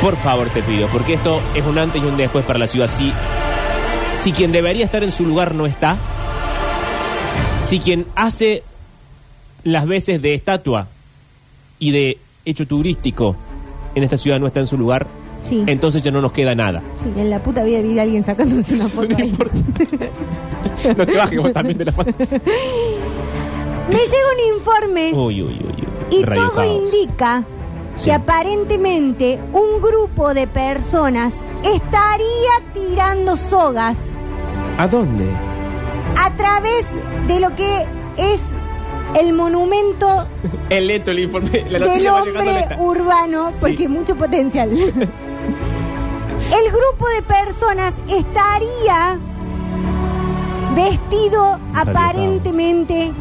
S1: Por favor, te pido, porque esto es un antes y un después para la ciudad. Si, si quien debería estar en su lugar no está, si quien hace las veces de estatua y de hecho turístico en esta ciudad no está en su lugar,
S6: Sí.
S1: entonces ya no nos queda nada.
S6: Sí, en la puta vida vi a alguien sacándose una foto. ahí.
S1: No te bajes vos también de la foto.
S6: Me llega un
S2: Oh.
S6: informe
S1: Uy, uy, uy. uy.
S6: y
S1: Radio
S6: todo
S1: Caos.
S6: indica
S1: Sí.
S6: que aparentemente un grupo de personas estaría tirando sogas
S1: ¿A dónde?
S6: a través de lo que es el monumento
S1: El lento el informe. La
S6: del
S1: noticia va llegando
S6: hombre
S1: lenta.
S6: urbano, porque mucho potencial. El grupo de personas estaría vestido aparentemente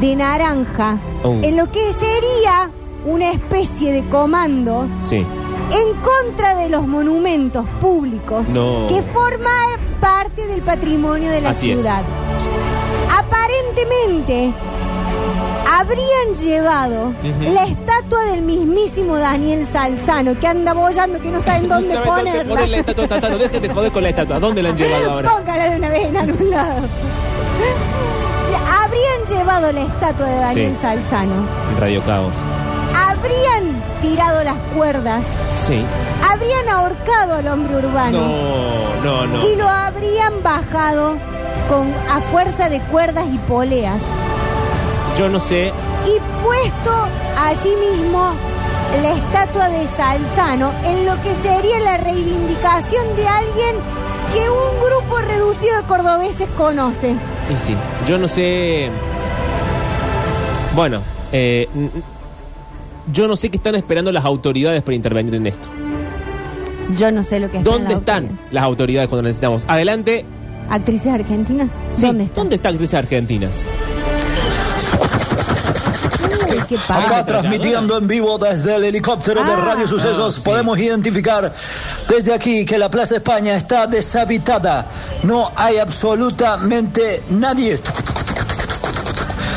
S6: de naranja,
S1: Oh.
S6: en lo que sería una especie de comando
S1: Sí.
S6: en contra de los monumentos públicos
S1: No.
S6: que forman parte del patrimonio de la
S1: Así es.
S6: ciudad. Aparentemente habrían llevado
S1: Ujú.
S6: la estatua del mismísimo Daniel Salzano que anda bollando que no saben
S1: No
S6: dónde
S1: saben
S6: ponerla.
S1: poner la estatua de Sassano. Déjate joder con la estatua. ¿A ¿Dónde la han llevado ahora?
S6: Póngala de una vez en algún lado. Ya Habrían llevado la estatua de Daniel
S1: Sí.
S6: Salzano.
S1: Radio Caos.
S6: Habrían tirado las cuerdas.
S1: Sí.
S6: Habrían ahorcado al hombre urbano.
S1: No, no, no.
S6: Ah, y lo habrían bajado con a fuerza de cuerdas y poleas
S1: Yo no sé.
S6: y puesto allí mismo la estatua de Salzano en lo que sería la reivindicación de alguien que un grupo reducido de cordobeses conoce.
S1: Y sí. Yo no sé. Bueno, eh, n- n- yo no sé qué están esperando las autoridades para intervenir en esto.
S6: Yo no sé lo que es
S1: ¿Dónde están las autoridades cuando necesitamos? Adelante.
S6: Actrices argentinas.
S1: Sí.
S6: ¿Dónde están?
S1: ¿Dónde están actrices argentinas?
S6: Uy, qué padre.
S1: Acá
S5: Acá transmitiendo en vivo desde el helicóptero
S6: Ah.
S5: de Radio Sucesos,
S1: Ah, sí.
S5: podemos identificar desde aquí que la Plaza España está deshabitada. No hay absolutamente nadie.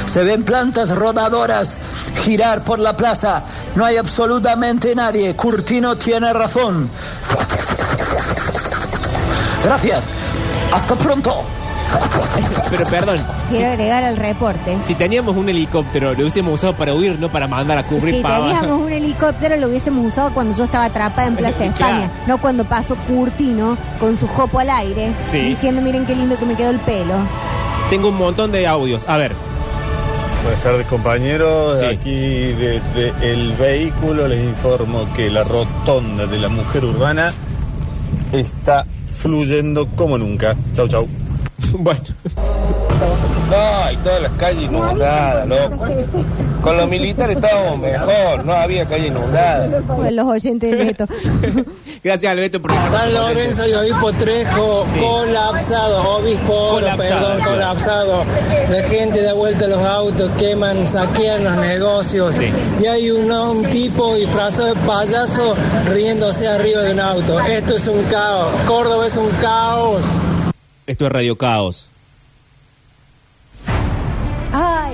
S5: Se ven plantas rodadoras girar por la plaza. No hay absolutamente nadie. Curtino tiene razón. Gracias. Hasta pronto.
S1: Pero perdón,
S6: Quiero agregar al reporte.
S1: si teníamos un helicóptero, lo hubiésemos usado para huir, no para mandar a cubrir
S6: Si
S1: pavas.
S6: teníamos un helicóptero lo hubiésemos usado cuando yo estaba atrapada en Plaza
S1: Claro.
S6: España, no cuando pasó Curtino con su jopo al aire
S1: Sí.
S6: diciendo miren qué lindo que me quedó el pelo.
S1: Tengo un montón de audios. A ver.
S11: Buenas tardes compañeros,
S1: Sí.
S11: aquí desde el vehículo les informo que la rotonda de la mujer urbana está fluyendo como nunca. Chau, chau.
S1: bueno.
S12: No, y todas las calles inundadas, loco. Con los militares estábamos mejor, no había calle inundada.
S6: Joder, Los oyentes de Beto.
S1: Gracias, Alberto, por
S5: San Lorenzo y Obispo Trejo
S1: Sí.
S5: colapsado, Obispo Oro,
S1: Colapsado,
S5: perdón,
S1: sí.
S5: colapsado. La gente da vuelta a los autos, queman, saquean los negocios.
S1: Sí.
S5: Y hay un, un tipo disfrazado de payaso riéndose arriba de un auto. Esto es un caos. Córdoba es un caos.
S1: Esto es Radio Caos.
S6: Ay,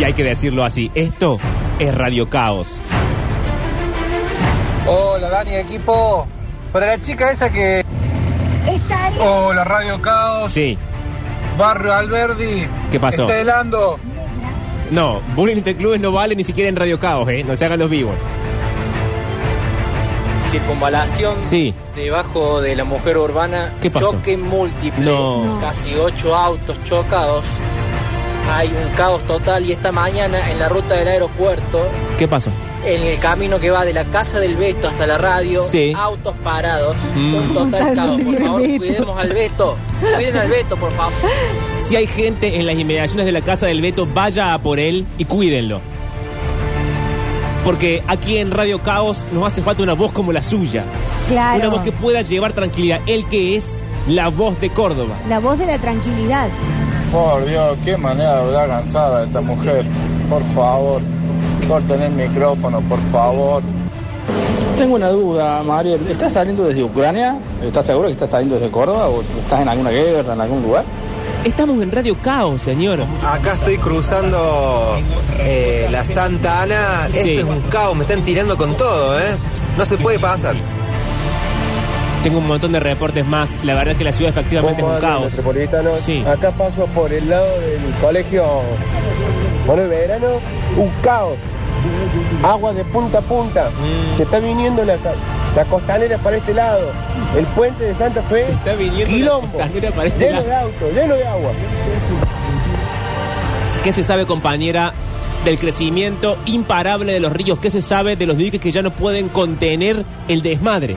S1: Y hay que decirlo así. Esto es Radio Caos.
S12: Hola Dani, equipo. Para la chica esa que...
S1: Oh,
S6: estaría
S12: Hola Radio Caos,
S1: Sí.
S12: Barrio Alberdi. Este
S1: ¿Qué pasó?
S12: Está helando.
S1: No, bullying interclubes no vale ni siquiera en Radio Caos, ¿eh? No se hagan los vivos.
S13: Circunvalación
S1: Sí.
S13: debajo de la mujer urbana.
S1: ¿Qué pasó?
S13: Choque múltiple.
S1: No.
S13: Casi ocho autos chocados. Hay un caos total y esta mañana en la ruta del aeropuerto,
S1: ¿Qué pasó?
S13: en el camino que va de la casa del Beto hasta la radio,
S1: Sí.
S13: autos parados,
S1: Mm.
S13: un total caos. Por favor, cuidemos al Beto. Cuiden al Beto, por favor.
S1: Si hay gente en las inmediaciones de la casa del Beto, vaya a por él y cuídenlo. Porque aquí en Radio Caos nos hace falta una voz como la suya. Una
S6: claro.
S1: voz que pueda llevar tranquilidad. El que es la voz de Córdoba.
S6: La voz de la tranquilidad.
S11: Por Dios, qué manera de hablar cansada esta mujer. Por favor, corten el micrófono, por favor.
S14: Tengo una duda, Mariel. ¿Estás saliendo desde Ucrania? ¿Estás seguro que estás saliendo desde Córdoba o estás en alguna guerra, en algún lugar?
S1: Estamos en Radio Caos, señor.
S15: Acá estoy cruzando eh, la Santa Ana.
S1: Sí.
S15: Esto es un caos, me están tirando con todo, ¿eh? No se puede pasar.
S1: Tengo un montón de reportes más. La verdad es que la ciudad efectivamente es un caos. Sí.
S16: Acá paso por el lado del colegio Bueno, Verano, un caos. Agua de punta a punta.
S1: Mm.
S16: Se está viniendo la, ca- la costanera para este lado. El puente de Santa Fe. Se está
S1: viniendo la
S16: quilombo,
S1: costanera para este
S16: lleno
S1: lado.
S16: de autos, lleno de agua.
S1: ¿Qué se sabe, compañera, del crecimiento imparable de los ríos? ¿Qué se sabe de los diques que ya no pueden contener el desmadre?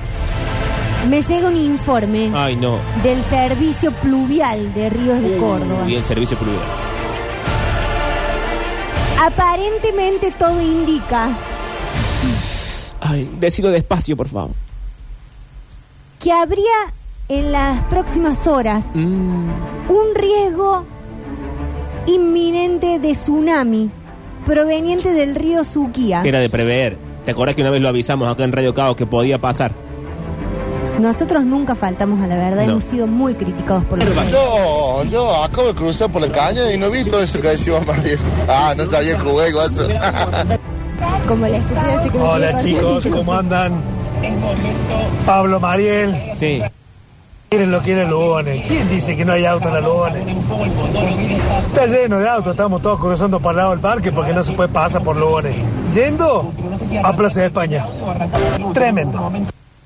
S6: Me llega un informe
S1: Ay, no.
S6: del Servicio Pluvial de Ríos de Córdoba.
S1: Y el servicio pluvial.
S6: Aparentemente todo indica
S1: Ay, decilo despacio, por favor.
S6: que habría en las próximas horas
S1: Mm.
S6: un riesgo inminente de tsunami proveniente del río Suquía.
S1: Era de prever. ¿Te acordás que una vez lo avisamos acá en Radio Caos que podía pasar?
S6: Nosotros nunca faltamos a la verdad,
S1: No.
S6: hemos sido muy criticados por los medios.
S9: Yo, yo acabo de cruzar por la caña y no vi todo eso que decía Mariel. Ah, no sabía el juego eso.
S6: Como la estúpida se cree
S17: Hola
S6: que-
S17: chicos, ¿cómo andan? Pablo Mariel.
S1: Sí.
S17: Quieren lo quieren Lugones. ¿Quién dice que no hay auto en la Lugones? Está lleno de autos, estamos todos cruzando para el lado del parque porque no se puede pasar por Lugones. Yendo a Plaza de España. Tremendo.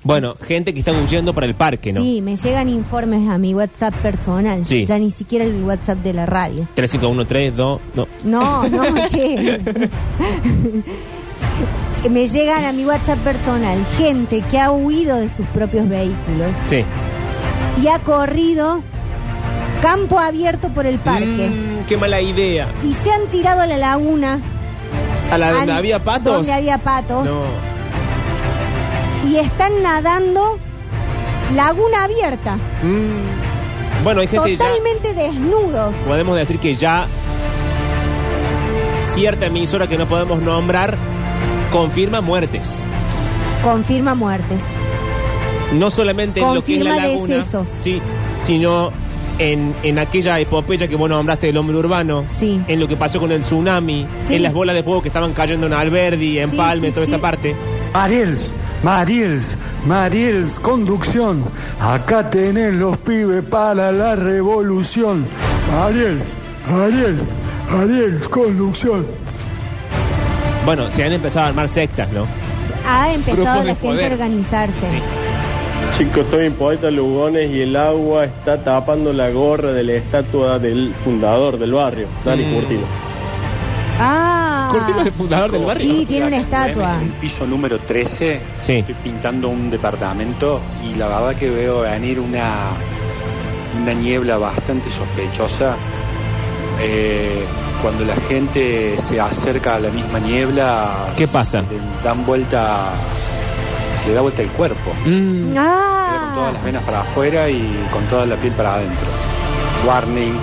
S1: Bueno, gente que está huyendo para el parque, ¿no?
S6: Sí, me llegan informes a mi WhatsApp personal,
S1: Sí.
S6: ya ni siquiera el WhatsApp de la radio.
S1: 3, 5, 1, 3, 2, no.
S6: No, no, che. Que Me llegan a mi WhatsApp personal gente que ha huido de sus propios vehículos
S1: Sí.
S6: y ha corrido campo abierto por el parque
S1: Mm, qué mala idea.
S6: y se han tirado a la laguna
S1: ¿A la donde
S6: al-
S1: había patos?
S6: donde había patos
S1: No.
S6: y están nadando laguna abierta,
S1: Mm. Bueno, hay gente que ya.
S6: totalmente desnudos.
S1: Podemos decir que ya. Cierta emisora que no podemos nombrar confirma muertes.
S6: Confirma muertes.
S1: No solamente en lo que es la
S6: Confirma
S1: laguna.
S6: decesos.
S1: Sí, sino en, en aquella epopeya que vos nombraste del hombre urbano.
S6: Sí.
S1: En lo que pasó con el tsunami.
S6: Sí.
S1: En las bolas de fuego que estaban cayendo en Alberdi, en
S6: Sí,
S1: Palme,
S6: sí,
S1: toda
S6: sí.
S1: esa parte.
S18: Mariels, Mariels, Mariels, conducción. Acá tenés los pibes para la revolución. Mariels, Mariels, Mariels, conducción.
S1: Bueno, se han empezado a armar sectas, ¿no?
S6: Ha empezado
S1: Grupos de
S6: la gente
S1: poder.
S6: a organizarse.
S19: Chicos, estoy en Poeta Lugones y el agua está tapando la gorra de la estatua del fundador del barrio, Dani Curtino.
S6: Ah.
S1: fundador
S6: del barrio. Sí, tiene una estatua.
S11: En el piso número 13 estoy pintando un departamento y la verdad que veo venir una, una niebla bastante sospechosa. Eh, cuando la gente se acerca a la misma niebla,
S1: ¿Qué pasa?
S11: se le dan vuelta, se le da vuelta el cuerpo.
S1: Mm,
S6: Ah.
S11: Todas las venas para afuera y con toda la piel para adentro. Warning.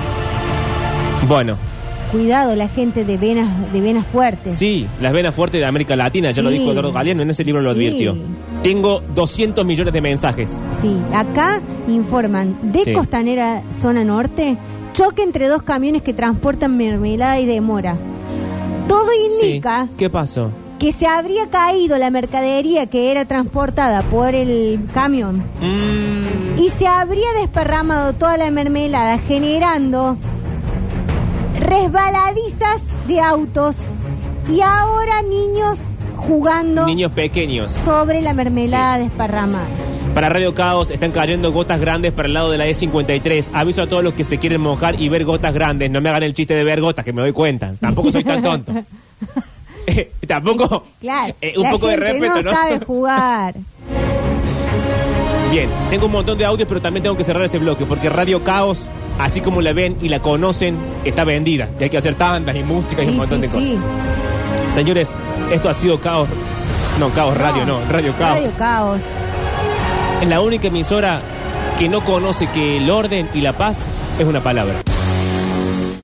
S1: Bueno,
S6: Cuidado, la gente de venas, de venas fuertes.
S1: sí, las venas fuertes de América Latina, ya lo
S6: Sí.
S1: dijo Eduardo Galeano, en ese libro lo
S6: Sí.
S1: advirtió. Tengo 200 millones de mensajes.
S6: Sí, acá informan de
S1: Sí.
S6: Costanera Zona Norte, choque entre dos camiones que transportan mermelada y demora. Todo indica
S1: ¿Qué pasó?
S6: que se habría caído la mercadería que era transportada por el camión y se habría desparramado toda la mermelada generando resbaladizas de autos y ahora niños jugando
S1: Niños pequeños.
S6: sobre la mermelada desparramada.
S1: Para Radio Caos están cayendo gotas grandes para el lado de la E53. Aviso a todos los que se quieren mojar y ver gotas grandes. No me hagan el chiste de ver gotas, que me doy cuenta. Tampoco soy tan tonto. Eh, Tampoco.
S6: Claro,
S1: Eh, un
S6: la
S1: poco de
S6: gente
S1: respeto, ¿no?
S6: sabe jugar.
S1: Bien, tengo un montón de audios, pero también tengo que cerrar este bloque, porque Radio Caos, así como la ven y la conocen, está vendida. Y hay que hacer tandas y música y un
S6: Sí,
S1: montón
S6: sí,
S1: de cosas.
S6: sí.
S1: Señores, esto ha sido Caos. No, Caos Radio, no, Radio Caos.
S6: Radio Caos.
S1: Es la única emisora que no conoce que el orden y la paz es una palabra.